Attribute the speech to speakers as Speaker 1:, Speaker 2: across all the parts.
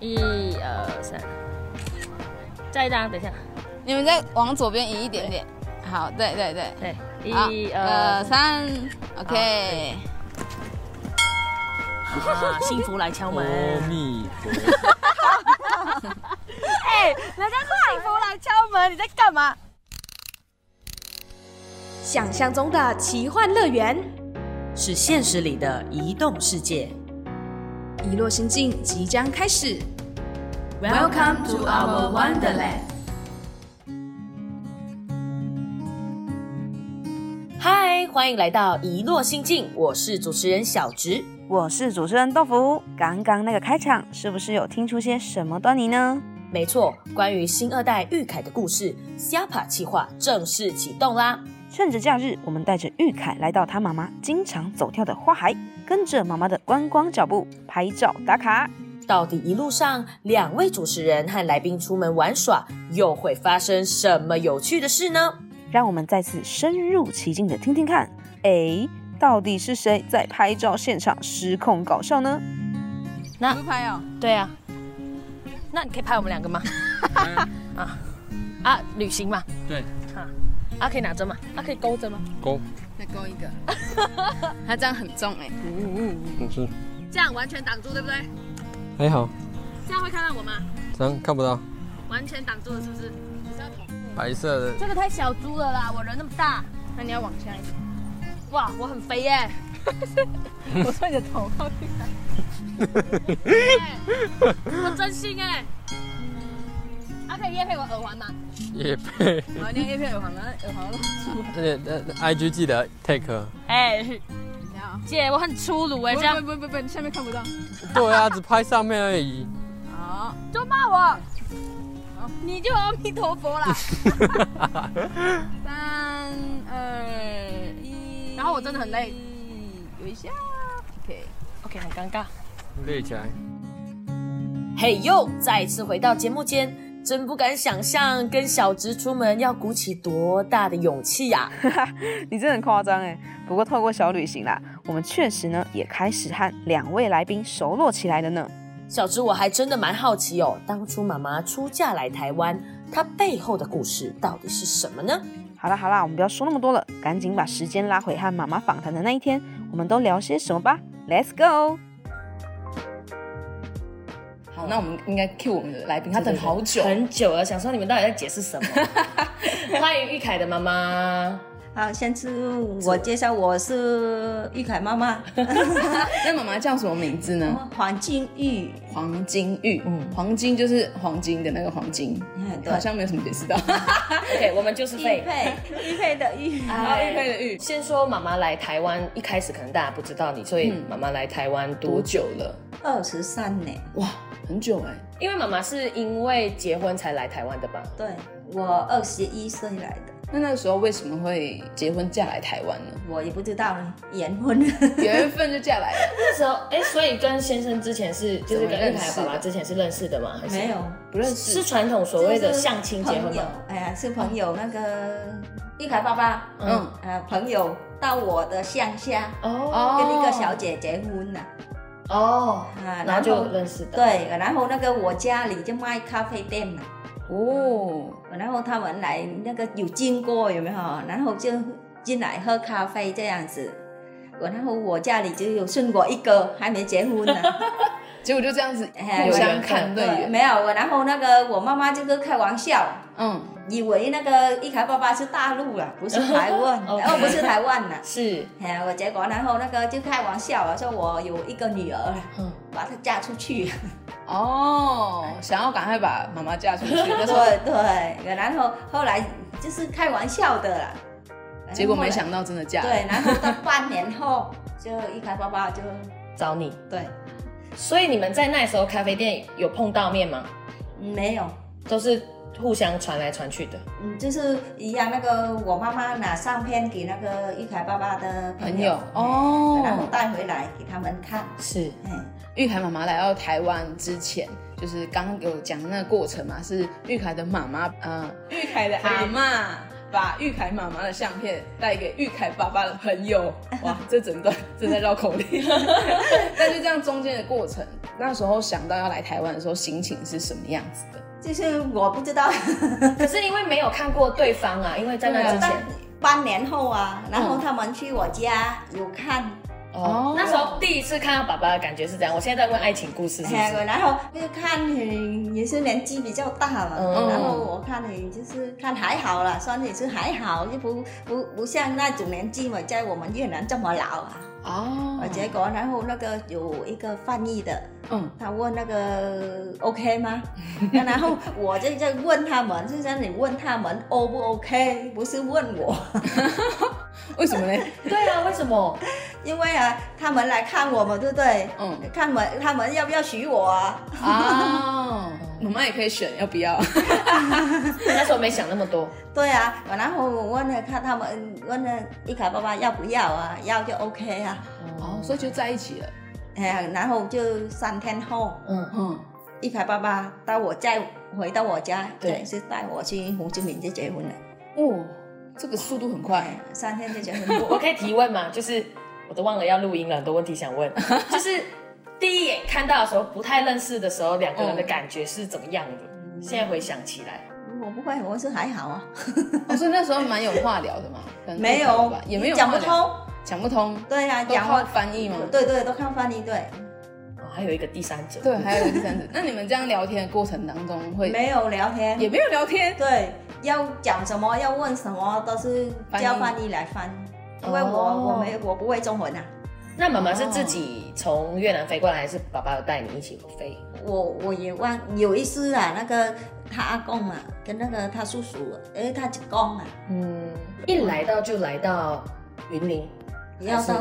Speaker 1: 一二三，再一张，等一下，
Speaker 2: 你们再往左边移一点点。好，对对对，
Speaker 1: 对，
Speaker 2: 好呃
Speaker 1: 一
Speaker 3: 呃
Speaker 1: 二三，
Speaker 2: 三，OK。
Speaker 1: 啊，幸福来敲门。
Speaker 4: 阿弥陀佛。
Speaker 3: 人家是幸福来敲门，你在干嘛？想象中的奇幻乐园，
Speaker 5: 是现实里的移动世界。
Speaker 3: 一落心境即将开始。Welcome to our Wonderland。
Speaker 5: 嗨，欢迎来到一落心境，我是主持人小植。
Speaker 6: 我是主持人豆腐。刚刚那个开场是不是有听出些什么端倪呢？
Speaker 5: 没错，关于新二代玉凯的故事 s i p a 计划正式启动啦！
Speaker 6: 趁着假日，我们带着玉凯来到他妈妈经常走跳的花海，跟着妈妈的观光脚步拍照打卡。
Speaker 5: 到底一路上，两位主持人和来宾出门玩耍，又会发生什么有趣的事呢？
Speaker 6: 让我们再次深入其境的听听看，哎，到底是谁在拍照现场失控搞笑呢？
Speaker 1: 啊
Speaker 2: 不拍哦，
Speaker 1: 对啊，那你可以拍我们两个吗？啊啊，旅行嘛，
Speaker 4: 对，
Speaker 1: 啊可以拿着吗？啊可以勾着吗？
Speaker 4: 勾，
Speaker 2: 再勾一 个。他这样很重哎，
Speaker 4: 总之
Speaker 1: 这样完全挡住，对不对？
Speaker 4: 还好，
Speaker 1: 这样会看到我吗？
Speaker 4: 咱看不到
Speaker 1: 完全挡住了，是不是？
Speaker 4: 白色的。
Speaker 1: 这个太小猪了啦，我人那么大。
Speaker 2: 那你要往下一点。
Speaker 1: 哇，我很肥耶、 我说你的头 靠近来。哎我真心哎、他可以夜配我耳环吗？
Speaker 4: 也配，
Speaker 2: 我要捏叶片耳环吗？耳环露出来。
Speaker 4: 呃呃，IG 记得 take。
Speaker 1: 哎、
Speaker 2: 你好。
Speaker 1: 姐，我很粗鲁哎、这样
Speaker 2: 哦不不不不，你下面看不到。
Speaker 4: 对啊，只拍上面而已。
Speaker 2: 好，
Speaker 1: 就骂我，你就阿弥陀佛 啦。
Speaker 2: 三二一。
Speaker 1: 然后我真的很累，
Speaker 2: 有一下。OK。
Speaker 1: OK，很尴尬。
Speaker 4: 立起来。
Speaker 5: 嘿呦，再次回到节目间，真不敢想象跟小植出门要鼓起多大的勇气呀、
Speaker 6: 你真的很夸张哎！不过透过小旅行啦，我们确实呢也开始和两位来宾熟络起来了呢。
Speaker 5: 小植，我还真的蛮好奇哦，当初妈妈出嫁来台湾，她背后的故事到底是什么呢？
Speaker 6: 好啦好啦，我们不要说那么多了，赶紧把时间拉回和妈妈访谈的那一天，我们都聊些什么吧？Let's go！
Speaker 2: 好，那我们应该 cue 我们的来宾，他等好久。
Speaker 5: 很久了，想说你们到底在解释 什么？欢迎玉凯的妈妈。
Speaker 7: 好，先自我介绍，我是玉凯妈妈，
Speaker 5: 嗯
Speaker 2: 那妈妈叫什么名字呢？
Speaker 7: 黄金玉。
Speaker 2: 黄金玉，黄金就是黄金的那个黄金，
Speaker 7: 嗯，对
Speaker 2: 好，像没有什么解 释到。
Speaker 5: OK，我们就是
Speaker 7: 玉
Speaker 5: 废。
Speaker 7: 佩，玉佩的玉。
Speaker 2: 然后玉佩的玉
Speaker 5: 先说妈妈来台湾，一开始可能大家不知道你，所以
Speaker 2: 嗯
Speaker 5: 妈妈来台湾多
Speaker 2: 多
Speaker 5: 久？
Speaker 2: 久了？
Speaker 7: 二十三年，
Speaker 2: 哇，很久哎、
Speaker 5: 因为妈妈是因为结婚才来台湾的吧？
Speaker 7: 对我二十一岁来的，
Speaker 2: 那那个时候为什么会结婚嫁来台湾呢？
Speaker 7: 我也不知道缘分。
Speaker 2: 缘分就嫁来了，
Speaker 5: 那时候，哎、所以跟先生之前是就是跟玉凯爸
Speaker 2: 怎么认识
Speaker 5: 爸
Speaker 2: 的
Speaker 5: 之前是认识的吗？还是
Speaker 7: 没有，
Speaker 2: 不认
Speaker 5: 是
Speaker 2: 识。
Speaker 5: 传统所谓的相亲结婚
Speaker 7: 朋友
Speaker 5: 吗？，
Speaker 7: 哎呀，是朋友那个玉凯爸爸，
Speaker 2: 嗯，
Speaker 7: 呃，朋友到我的乡下
Speaker 5: 哦
Speaker 2: 哦
Speaker 7: 跟一个小姐结婚了，
Speaker 5: 哦，
Speaker 7: 啊，
Speaker 5: 然后就认识的。
Speaker 7: 对，然后那个我家里就卖咖啡店了。啊
Speaker 2: 哦，
Speaker 7: 然后他们来那个有经过有没有？然后就进来喝咖啡这样子。我然后我家里就有剩我一个还没结婚呢，
Speaker 2: 结果就这样子
Speaker 7: 哎
Speaker 2: 互相看对
Speaker 7: 对，
Speaker 2: 眼。
Speaker 7: 没有。我然后那个我妈妈就跟开玩笑，
Speaker 2: 嗯，
Speaker 7: 以为那个一凯爸爸是大陆了，不是台 湾，
Speaker 5: OK
Speaker 7: 哦不是台湾了。
Speaker 5: 是，
Speaker 7: 哎，我结果然后那个就开玩笑啊，说我有一个女儿了，
Speaker 5: 嗯，
Speaker 7: 把她嫁出去。
Speaker 2: 哦，想要赶快把妈妈嫁出去，那时候
Speaker 7: 对对，然后后来就是开玩笑的啦。
Speaker 2: 结果没
Speaker 7: 想。
Speaker 2: 想到真的嫁了。
Speaker 7: 对，然后到半年后就一开包包就
Speaker 5: 找你。
Speaker 7: 对，
Speaker 5: 所以你们在那时候咖啡店有碰到面吗？
Speaker 7: 嗯没有，
Speaker 5: 都是互相传来传去的。
Speaker 7: 嗯，就是一样那个我妈妈拿相片给那个一凯爸爸的
Speaker 2: 朋
Speaker 7: 朋
Speaker 2: 友
Speaker 7: 友，然后
Speaker 2: 哦，
Speaker 7: 带回来给他们看，
Speaker 5: 是，
Speaker 7: 哎，
Speaker 2: 玉凯妈妈来到台湾之前，就是刚刚给我讲那个过程嘛，是玉凯的妈妈，嗯，玉凯的阿妈把玉凯妈妈的相片带给玉凯爸爸的 朋友，哇，这整段正在绕口令，但就这样中间的过程，那时候想到要来台湾的时候，心情是什么样子的？
Speaker 7: 就是我不知道，
Speaker 5: 可是因为没有看过对方啊，因为在那之前，
Speaker 7: 半年后啊，然后他们去我家有看，
Speaker 2: 哦
Speaker 5: 那时候第一次看到爸爸的感觉是这样。我现在在问爱情故事是不
Speaker 7: 哎
Speaker 5: 是？
Speaker 7: 然后就看你也是年纪比较大嘛，
Speaker 5: 嗯
Speaker 7: 然后我看你就是看还好了，算也是还好，就不不不像那种年纪嘛，在我们越南这么老啊。
Speaker 2: 哦
Speaker 7: 啊，结果然后那个有一个翻译的，
Speaker 2: 嗯，
Speaker 7: 他问那个 OK 吗？ 那然后我就在问他们，就像你问他们 O 不 OK，不是问我，
Speaker 2: 为什么呢？
Speaker 5: 对啊，为什么？
Speaker 7: 因为啊，他们来看我们，对不对？
Speaker 2: 嗯
Speaker 7: 看我他们要不要娶我啊？
Speaker 2: 啊，妈妈也可以选要不要？
Speaker 5: 那时候没想那么多。
Speaker 7: 对啊，然后我问了看他们，问了一凯爸爸要不要啊？要就 OK 啊。
Speaker 2: 哦，所以就在一起了。
Speaker 7: 哎呀，然后就三天后，
Speaker 5: 嗯，
Speaker 2: 嗯，
Speaker 7: 一凯爸爸到我再回到我家，
Speaker 5: 对
Speaker 7: 也是带我去胡志明就结婚了。哎
Speaker 2: 哇，哦这个速度很快。
Speaker 7: 三天就结 婚
Speaker 5: 我
Speaker 7: 过。
Speaker 5: 可以提问吗？就是我都忘了要录音了，很多问题想问。就是第一眼看到的时候，不太认识的时候，两个人的感觉是怎么样的？现在回想起来，
Speaker 7: 我不会，我是还好 啊，
Speaker 2: 哦，所以那时候蛮有话聊的嘛。可能
Speaker 7: 没
Speaker 2: 对
Speaker 7: 有
Speaker 2: 吧，也没有
Speaker 7: 讲
Speaker 2: 话
Speaker 7: 不
Speaker 2: 聊，
Speaker 7: 通。
Speaker 2: 讲不通。
Speaker 7: 对啊，
Speaker 2: 都
Speaker 7: 讲
Speaker 2: 靠
Speaker 7: 话
Speaker 2: 翻译吗？
Speaker 7: 对对，都靠翻译。对，
Speaker 5: 哦、还有一个第三者。
Speaker 2: 对，还有这样子。那你们这样聊天的过程当中会，
Speaker 7: 没有聊天，
Speaker 2: 也没有聊天，
Speaker 7: 对，要讲什么，要问什么，都是
Speaker 2: 翻译
Speaker 7: 叫翻译来翻，因为我、
Speaker 5: 哦
Speaker 7: 我没我不会中文啊，
Speaker 5: 那妈妈是自己从越南飞过来，还是爸爸有带你一起飞？
Speaker 7: 我我也忘有一次啊，那个他阿公啊，跟那个他叔叔，哎，他公啊，
Speaker 2: 嗯，
Speaker 5: 一来到就来到云林，
Speaker 7: 要到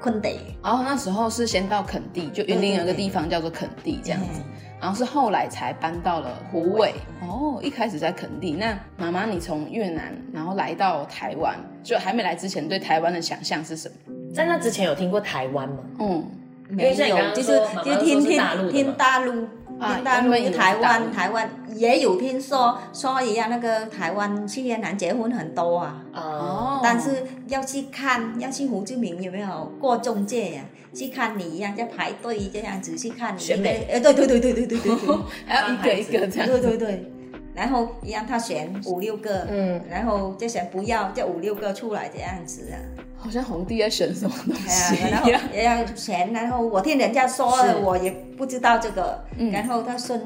Speaker 7: 昆德
Speaker 2: 然后那时候是先到垦地，就云林有一个地方叫做垦地这样子，
Speaker 7: 嗯
Speaker 2: 然后是后来才搬到了虎尾。哦，一开始在垦地。那妈妈，你从越南然后来到台湾，就还没来之前对台湾的想象是什么？
Speaker 5: 在那之前有听过台湾吗？
Speaker 2: 嗯，
Speaker 7: 没
Speaker 5: 因为像你刚
Speaker 7: 有，
Speaker 5: 刚
Speaker 7: 就是
Speaker 5: 说妈妈
Speaker 7: 就
Speaker 5: 说
Speaker 7: 听
Speaker 5: 是
Speaker 7: 听
Speaker 5: 大陆的嘛
Speaker 7: 听大陆。
Speaker 2: 啊
Speaker 7: 听大陆
Speaker 2: 因为有
Speaker 7: 台
Speaker 2: 大陆
Speaker 7: 湾，台湾也有听说说一样，那个台湾去越南结婚很多啊。
Speaker 5: 哦，
Speaker 7: 但是要去看，要去胡志明有没有过中介呀、去看你一样，在排队这样子去看你
Speaker 5: 选美
Speaker 7: 呃，对对对对对对 对对
Speaker 2: 还要一个一个这样。
Speaker 7: 对对对。然后一样，他选五六个，
Speaker 5: 嗯，
Speaker 7: 然后就选不要，就五六个出来这样子啊。
Speaker 2: 好像皇帝在选什么东西
Speaker 7: 哎呀，然
Speaker 2: 一样。
Speaker 7: 后也要选，然后我听人家说
Speaker 5: 是，
Speaker 7: 我也不知道这个。
Speaker 2: 嗯
Speaker 7: 然后他顺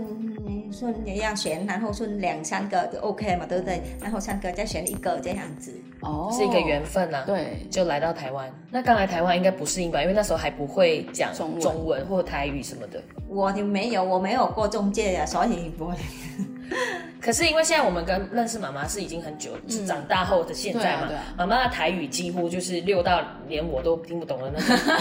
Speaker 7: 顺也要选，然后顺两三个就 OK 嘛，对不对？然后三个再选一个这样子。
Speaker 2: 哦
Speaker 5: 是一个缘分啊。。
Speaker 2: 对，
Speaker 5: 就来到台湾，那刚来台湾应该不适应吧？因为那时候还不会讲
Speaker 2: 中文
Speaker 5: 中文或台语什么的。
Speaker 7: 我就没有，我没有过中介呀、所以我
Speaker 5: 可是因为现在我们跟认识妈妈是已经很久，是长大后的现在嘛
Speaker 2: 嗯对啊对啊，
Speaker 5: 妈妈、的台语几乎就是溜到连我都听不懂的那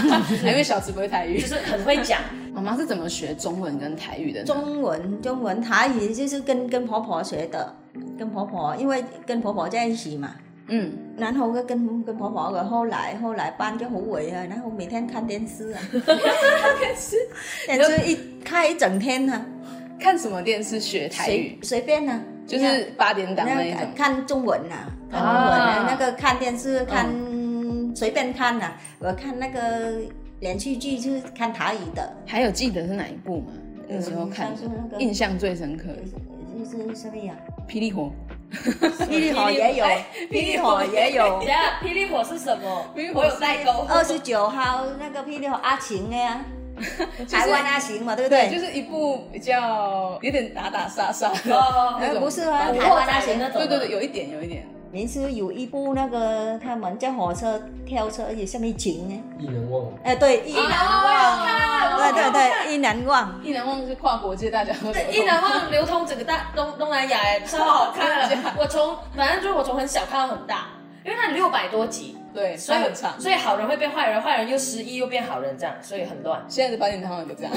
Speaker 5: 种，
Speaker 2: 因为小池不会台语
Speaker 5: 就。是很会 讲。
Speaker 2: 妈妈是怎么学中文跟台语的呢？
Speaker 7: 中文中文台语就是跟跟婆婆学的，跟婆婆，因为跟婆婆在一起嘛。
Speaker 2: 嗯，
Speaker 7: 然后跟跟跟婆婆，然后来后来搬就好伟啊，然后每天看电视 啊，电视电视一看一整天啊，
Speaker 2: 看什么电视学台
Speaker 7: 随
Speaker 2: 语？
Speaker 7: 随便啊，
Speaker 2: 就是八点档那一
Speaker 7: 那
Speaker 2: 种。
Speaker 7: 看中文啊，看中文
Speaker 5: 啊
Speaker 7: 啊，那个看电视看
Speaker 2: 啊
Speaker 7: 随便看啊，我看那个连续剧就是看台语的，
Speaker 2: 还有记得是哪一部吗？那时候看的
Speaker 7: 嗯像是那个
Speaker 2: 印象最深刻，
Speaker 7: 就是什么呀？
Speaker 2: 《霹雳火
Speaker 7: 霹雳火 也有，霹雳火也有
Speaker 5: 等一。下，霹雳火是什么？
Speaker 2: 霹雳火
Speaker 5: 我有代沟。
Speaker 7: 二十九号那个霹雳火阿晴 呀、台湾阿晴嘛，对》，不
Speaker 2: 对，
Speaker 7: 对？
Speaker 2: 就是一部比较有点打打杀杀的
Speaker 5: 哦，
Speaker 2: 那种。
Speaker 7: 不是啊，
Speaker 5: 古
Speaker 7: 台
Speaker 5: 惑
Speaker 7: 湾阿
Speaker 5: 仔的
Speaker 7: 晴。
Speaker 5: 那种。
Speaker 2: 对对对，。有一点，有一点。
Speaker 7: 你是有一部那个他们在火车跳车，有什么情呢？
Speaker 4: 一人忘我。
Speaker 7: 哎，对，一难忘，对对对，一难忘。
Speaker 2: 一难忘是跨国界大家都
Speaker 5: 一难忘流通整个大东东南亚，哎，超好 看
Speaker 2: 啊
Speaker 5: 了。我从反正就是我从很小看到很大，因为它六百多集，
Speaker 2: 对，
Speaker 5: 所以
Speaker 2: 它很长。
Speaker 5: 所以好人会变坏人，坏人又失忆又变好人，这样，所以很乱。
Speaker 2: 现在的八点档有这样，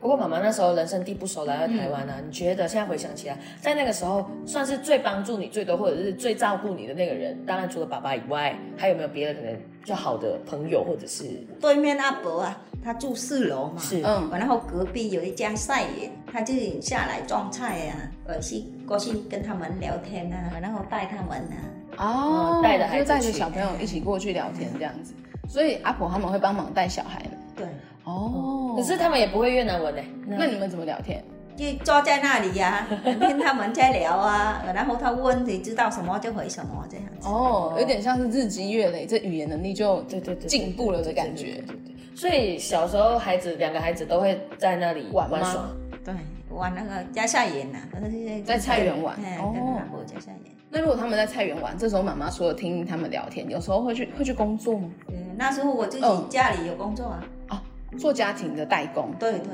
Speaker 5: 不过妈妈那时候人生地不熟，来到台湾啊，你觉得现在回想起来，在那个时候算是最帮助你最多，或者是最照顾你的那个人，当然除了爸爸以外，还有没有别的可能就好的朋友或者是
Speaker 7: 对面阿伯啊，他住四楼嘛，
Speaker 5: 是
Speaker 2: 嗯
Speaker 7: 然后隔壁有一家菜园，他就下来种菜呀、啊，我去过去跟他们聊天啊，然后带他们啊。
Speaker 2: 哦
Speaker 5: 带着孩子
Speaker 2: 就带着
Speaker 5: 去
Speaker 2: 小朋友一起过去聊天这样子，所以阿婆他们会帮忙带小孩呢。
Speaker 7: 对，
Speaker 2: 哦，哦
Speaker 5: 可是他们也不会越南文呢。
Speaker 2: 那你们怎么聊天？
Speaker 7: 就坐在那里 呀、听他们在聊啊，然后他问你知道什么就回什么这样子。
Speaker 2: 哦，有点像是日积月累，这语言能力就
Speaker 5: 对对对对
Speaker 2: 进步了的感觉。
Speaker 5: 所以小时候孩子两个孩子都会在那里
Speaker 2: 玩吗
Speaker 5: 玩耍。
Speaker 7: 对，玩那个加赛眼呐、啊，
Speaker 2: 在菜园玩
Speaker 7: 哎，
Speaker 2: 哦
Speaker 7: 跟南部加赛眼。
Speaker 2: 那如果他们在菜园玩，这时候妈妈除了听他们聊天，有时候会去会去工作吗？
Speaker 7: 嗯，那时候我自己
Speaker 2: 嗯
Speaker 7: 家里有工作啊，
Speaker 2: 啊，做家庭的代工。
Speaker 7: 对对，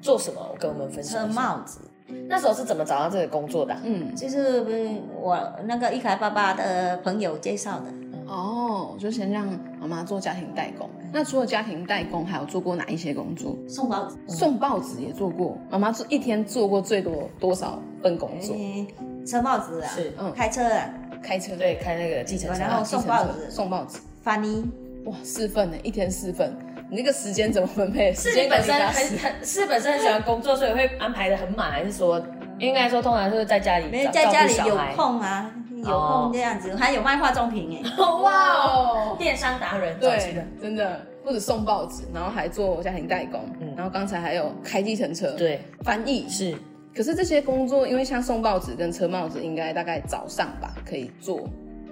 Speaker 5: 做什么？跟我们分享
Speaker 7: 车
Speaker 5: 一下。
Speaker 7: 帽子，
Speaker 5: 那时候是怎么找到这个工作的啊？
Speaker 2: 嗯，
Speaker 7: 就是嗯我那个一凯爸爸的朋友介绍的。
Speaker 2: 哦，就先让妈妈做家庭代工。那除了家庭代工，还有做过哪一些工作？
Speaker 7: 送
Speaker 5: 嗯
Speaker 7: 包子，
Speaker 2: 送报纸也做过，妈妈做一天做过最多多少份工作？
Speaker 5: 哎
Speaker 7: 嗯，车帽子啊，
Speaker 5: 是
Speaker 2: 嗯
Speaker 7: 开车啊，
Speaker 2: 开车
Speaker 5: 对，开那个计程车
Speaker 7: 然。后
Speaker 2: 啊计程
Speaker 7: 送
Speaker 2: 车
Speaker 7: 报纸
Speaker 2: 送报纸，
Speaker 7: 翻译，
Speaker 2: 哇，四份呢，一天四份，你那个时间怎么分配？
Speaker 5: 是
Speaker 2: 时
Speaker 5: 你
Speaker 2: 间管
Speaker 5: 本
Speaker 2: 理
Speaker 5: 身
Speaker 2: 大
Speaker 5: 很
Speaker 2: 师
Speaker 5: 很是本身很喜欢工作，所以会安排的很满，还是说应该说通常是在家里
Speaker 7: 没有
Speaker 5: 照
Speaker 7: 在家里
Speaker 5: 照顾
Speaker 7: 有
Speaker 5: 小孩
Speaker 7: 空啊，有
Speaker 5: 哦
Speaker 7: 空这样子，还有卖化妆品哎，
Speaker 5: 哇
Speaker 2: 哦
Speaker 5: 哦，电商达人早期
Speaker 2: 对
Speaker 5: 的，
Speaker 2: 真的，或者送报纸，然后还做家庭代工，
Speaker 5: 嗯
Speaker 2: 然后刚才还有开计程车，，
Speaker 5: 对
Speaker 2: 翻译。
Speaker 5: 是
Speaker 2: 可是这些工作，因为像送报纸跟车帽子，应该大概早上吧可以做，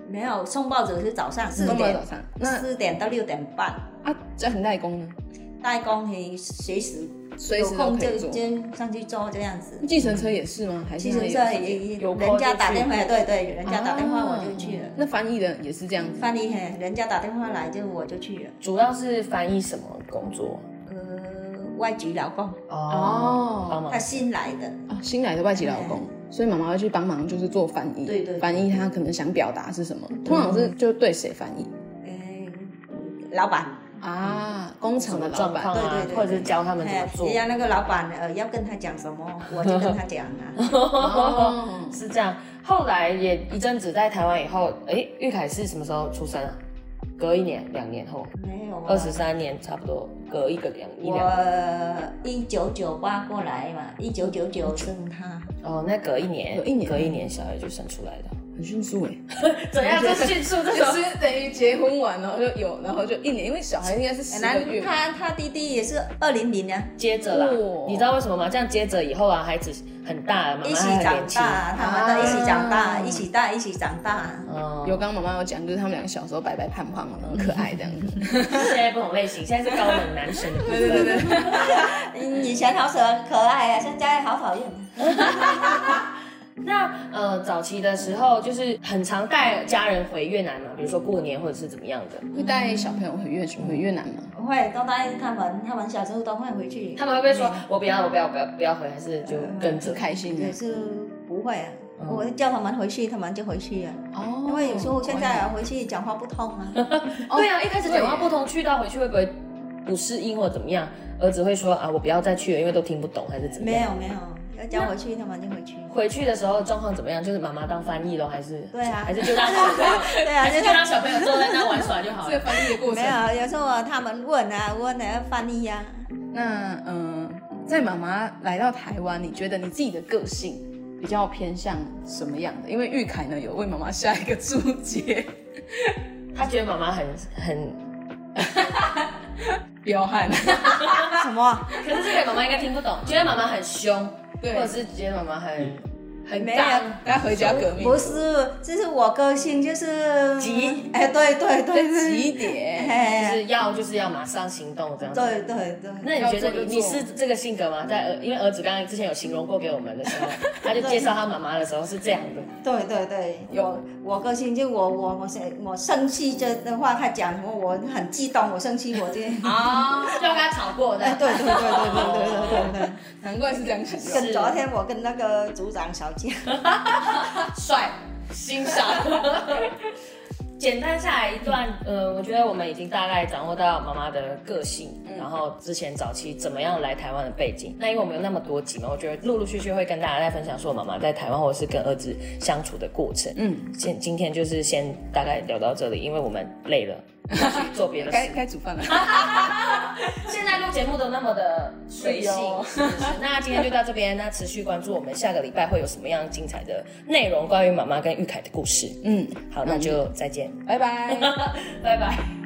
Speaker 7: 没有送报纸是早上四
Speaker 2: 送报纸
Speaker 7: 点
Speaker 2: 早，上。那
Speaker 7: 四点到六点半，
Speaker 2: 啊，家庭代工呢，
Speaker 7: 代工你随时
Speaker 2: 随
Speaker 7: 有
Speaker 2: 时都
Speaker 7: 空
Speaker 2: 可
Speaker 7: 就
Speaker 2: 以做。
Speaker 7: 就上去做这样子。
Speaker 2: 计程车也是吗？还是
Speaker 7: 其实
Speaker 2: 它
Speaker 7: 这
Speaker 2: 有时间
Speaker 7: 也
Speaker 5: 有空
Speaker 7: 人家
Speaker 5: 就
Speaker 7: 打
Speaker 5: 去
Speaker 7: 电话，对对，人家打电话
Speaker 2: 哦
Speaker 7: 我就去了。
Speaker 2: 那翻译的也是这样子，
Speaker 7: 翻译嘿，人家打电话来就我就去了。
Speaker 5: 主要是翻译什么工作
Speaker 7: 呃，外籍劳工，
Speaker 2: 哦
Speaker 5: 帮忙
Speaker 7: 他新来的，
Speaker 2: 哦，新来的外籍劳工，所以妈妈会去帮忙，就是做翻译。
Speaker 7: 对对对
Speaker 2: 翻译她可能想表达是什么，通常是就对谁翻译
Speaker 7: 嗯，呃老板，
Speaker 2: 啊？工
Speaker 5: 什
Speaker 2: 厂
Speaker 5: 么
Speaker 2: 的老
Speaker 5: 状况
Speaker 2: 板，
Speaker 5: 啊
Speaker 7: 对对，对
Speaker 5: 或者是教他们怎么
Speaker 7: 哎，
Speaker 5: 做
Speaker 7: 人，家那个老板呃要跟他讲什么，我就跟他讲 啊。
Speaker 2: 哦
Speaker 5: 是这样。后来也一阵子在台湾以后，哎，玉凯是什么时候出生啊？隔一年，两年后，
Speaker 7: 没有啊，
Speaker 5: 二十三年差不多，隔一个两一两。
Speaker 7: 我一九九八过来嘛，一九九九生他，
Speaker 5: 哦，那隔一年，
Speaker 2: 隔一年
Speaker 5: 隔一年小孩就生出来了。
Speaker 2: 很迅速哎，
Speaker 5: 怎样？这迅速，这
Speaker 2: 就
Speaker 5: 种
Speaker 2: 是等于结婚完然后就有，然后就一年，因为小孩应该是十
Speaker 7: 那
Speaker 2: 个月嘛。
Speaker 7: 他他弟弟也是二零零啊，
Speaker 5: 接着啦
Speaker 2: 哦，
Speaker 5: 你知道为什么吗？这样接着以后啊，孩子很大了，妈
Speaker 7: 一
Speaker 5: 妈
Speaker 7: 起
Speaker 5: 还很
Speaker 7: 长
Speaker 5: 年轻。
Speaker 7: 大，他们都一起长大，
Speaker 2: 啊
Speaker 7: 一起大，一起长大。
Speaker 5: 哦，
Speaker 2: 有刚刚妈妈有讲，就是他们两个小时候白白胖胖的，很可爱这样子。
Speaker 5: 现在不同类型，现在是高冷男神的部分。
Speaker 2: 对对，
Speaker 7: 嗯以前好可可爱啊，现在好讨厌啊。
Speaker 5: 那呃，早期的时候就是很常带家人回越南嘛，比如说过年或者是怎么样的，
Speaker 2: 会带小朋友回越回越南吗？
Speaker 7: 会都带他们，他们小时候都会回去。
Speaker 5: 他们会不会说我不要，我不要，不要，不要回，还是就跟着
Speaker 2: 很？开心
Speaker 7: 也
Speaker 2: 的
Speaker 7: 是不会啊。我叫他们回去，他们就回去啊。
Speaker 2: 嗯哦
Speaker 7: 因为有时候现在啊回去讲话不通啊，
Speaker 5: 对啊，一开始讲话不通，去到回去会不会不适应或怎么样？儿子会说啊，我不要再去了，因为都听不懂，还是怎么
Speaker 7: 没
Speaker 5: 样？
Speaker 7: 有没有，要叫回去他们就回去。
Speaker 5: 回去的时候状况怎么样？就是妈妈当翻译咯，还是
Speaker 7: 对啊
Speaker 5: 还是就让 小朋友，
Speaker 7: 对啊，
Speaker 5: 还
Speaker 7: 就是
Speaker 5: 就让小朋友坐在那玩耍就好
Speaker 2: 这
Speaker 5: 了。
Speaker 2: 个翻译的过程
Speaker 7: 没。有。有时候啊他们问啊问啊翻译呀，
Speaker 2: 那嗯、呃，在妈妈来到台湾，你觉得你自己的个性比较偏向什么样的？因为玉凯呢有为妈妈下一个注解，
Speaker 5: 他觉得妈妈很很，
Speaker 2: 彪悍。
Speaker 7: 什么？
Speaker 2: 嗯
Speaker 5: 可是这个妈妈应该听不懂，觉得妈妈很凶，
Speaker 2: 对
Speaker 5: 或者是觉得妈妈很很
Speaker 7: 没有
Speaker 5: 刚。
Speaker 2: 大家回家革命
Speaker 7: 不，是，这是我个性，就是
Speaker 5: 急。
Speaker 7: 哎，对对对，对
Speaker 2: 急一。点。
Speaker 5: 就
Speaker 7: 哎，
Speaker 5: 是要就是要马上行动这样子。
Speaker 7: 对对对。
Speaker 5: 那你觉得
Speaker 2: 要做就
Speaker 5: 你
Speaker 2: 做
Speaker 5: 你是这个性格吗？在呃儿因为儿子刚刚之前有形容过给我们的时 候，他就介绍他妈妈的时候是这样的，
Speaker 7: 对对对，
Speaker 2: 有
Speaker 7: 我
Speaker 5: 嗯
Speaker 7: 我个性就我我我生我生气这的话，他讲我我很激动，我生气我就，
Speaker 5: 啊，就跟他吵过的哦
Speaker 7: 哎，。对对对对对对对对
Speaker 2: 难怪是这样形
Speaker 7: 对，跟
Speaker 2: 容。
Speaker 7: 昨天我跟那个组长吵架，
Speaker 5: 帅、欣赏。 简单下来一段，呃，我觉得我们已经大概掌握到妈妈的个性，
Speaker 2: 嗯
Speaker 5: 然后之前早期怎么样来台湾的背景。那因为我们有那么多集嘛，我觉得陆陆续续会跟大家再分享说妈妈在台湾或者是跟儿子相处的过程。
Speaker 2: 嗯，
Speaker 5: 今今天就是先大概聊到这里，因为我们累 了，要去做别的
Speaker 2: 该
Speaker 5: 事。
Speaker 2: 该煮饭了。
Speaker 5: 现在录节目都那么的随性， 是是是那今天就到这边，那持续关注我们下个礼拜会有什么样精彩的内容，关于妈妈跟玉凯的故事。
Speaker 2: 嗯，
Speaker 5: 好，那就再见，
Speaker 2: 拜拜。
Speaker 5: 拜拜。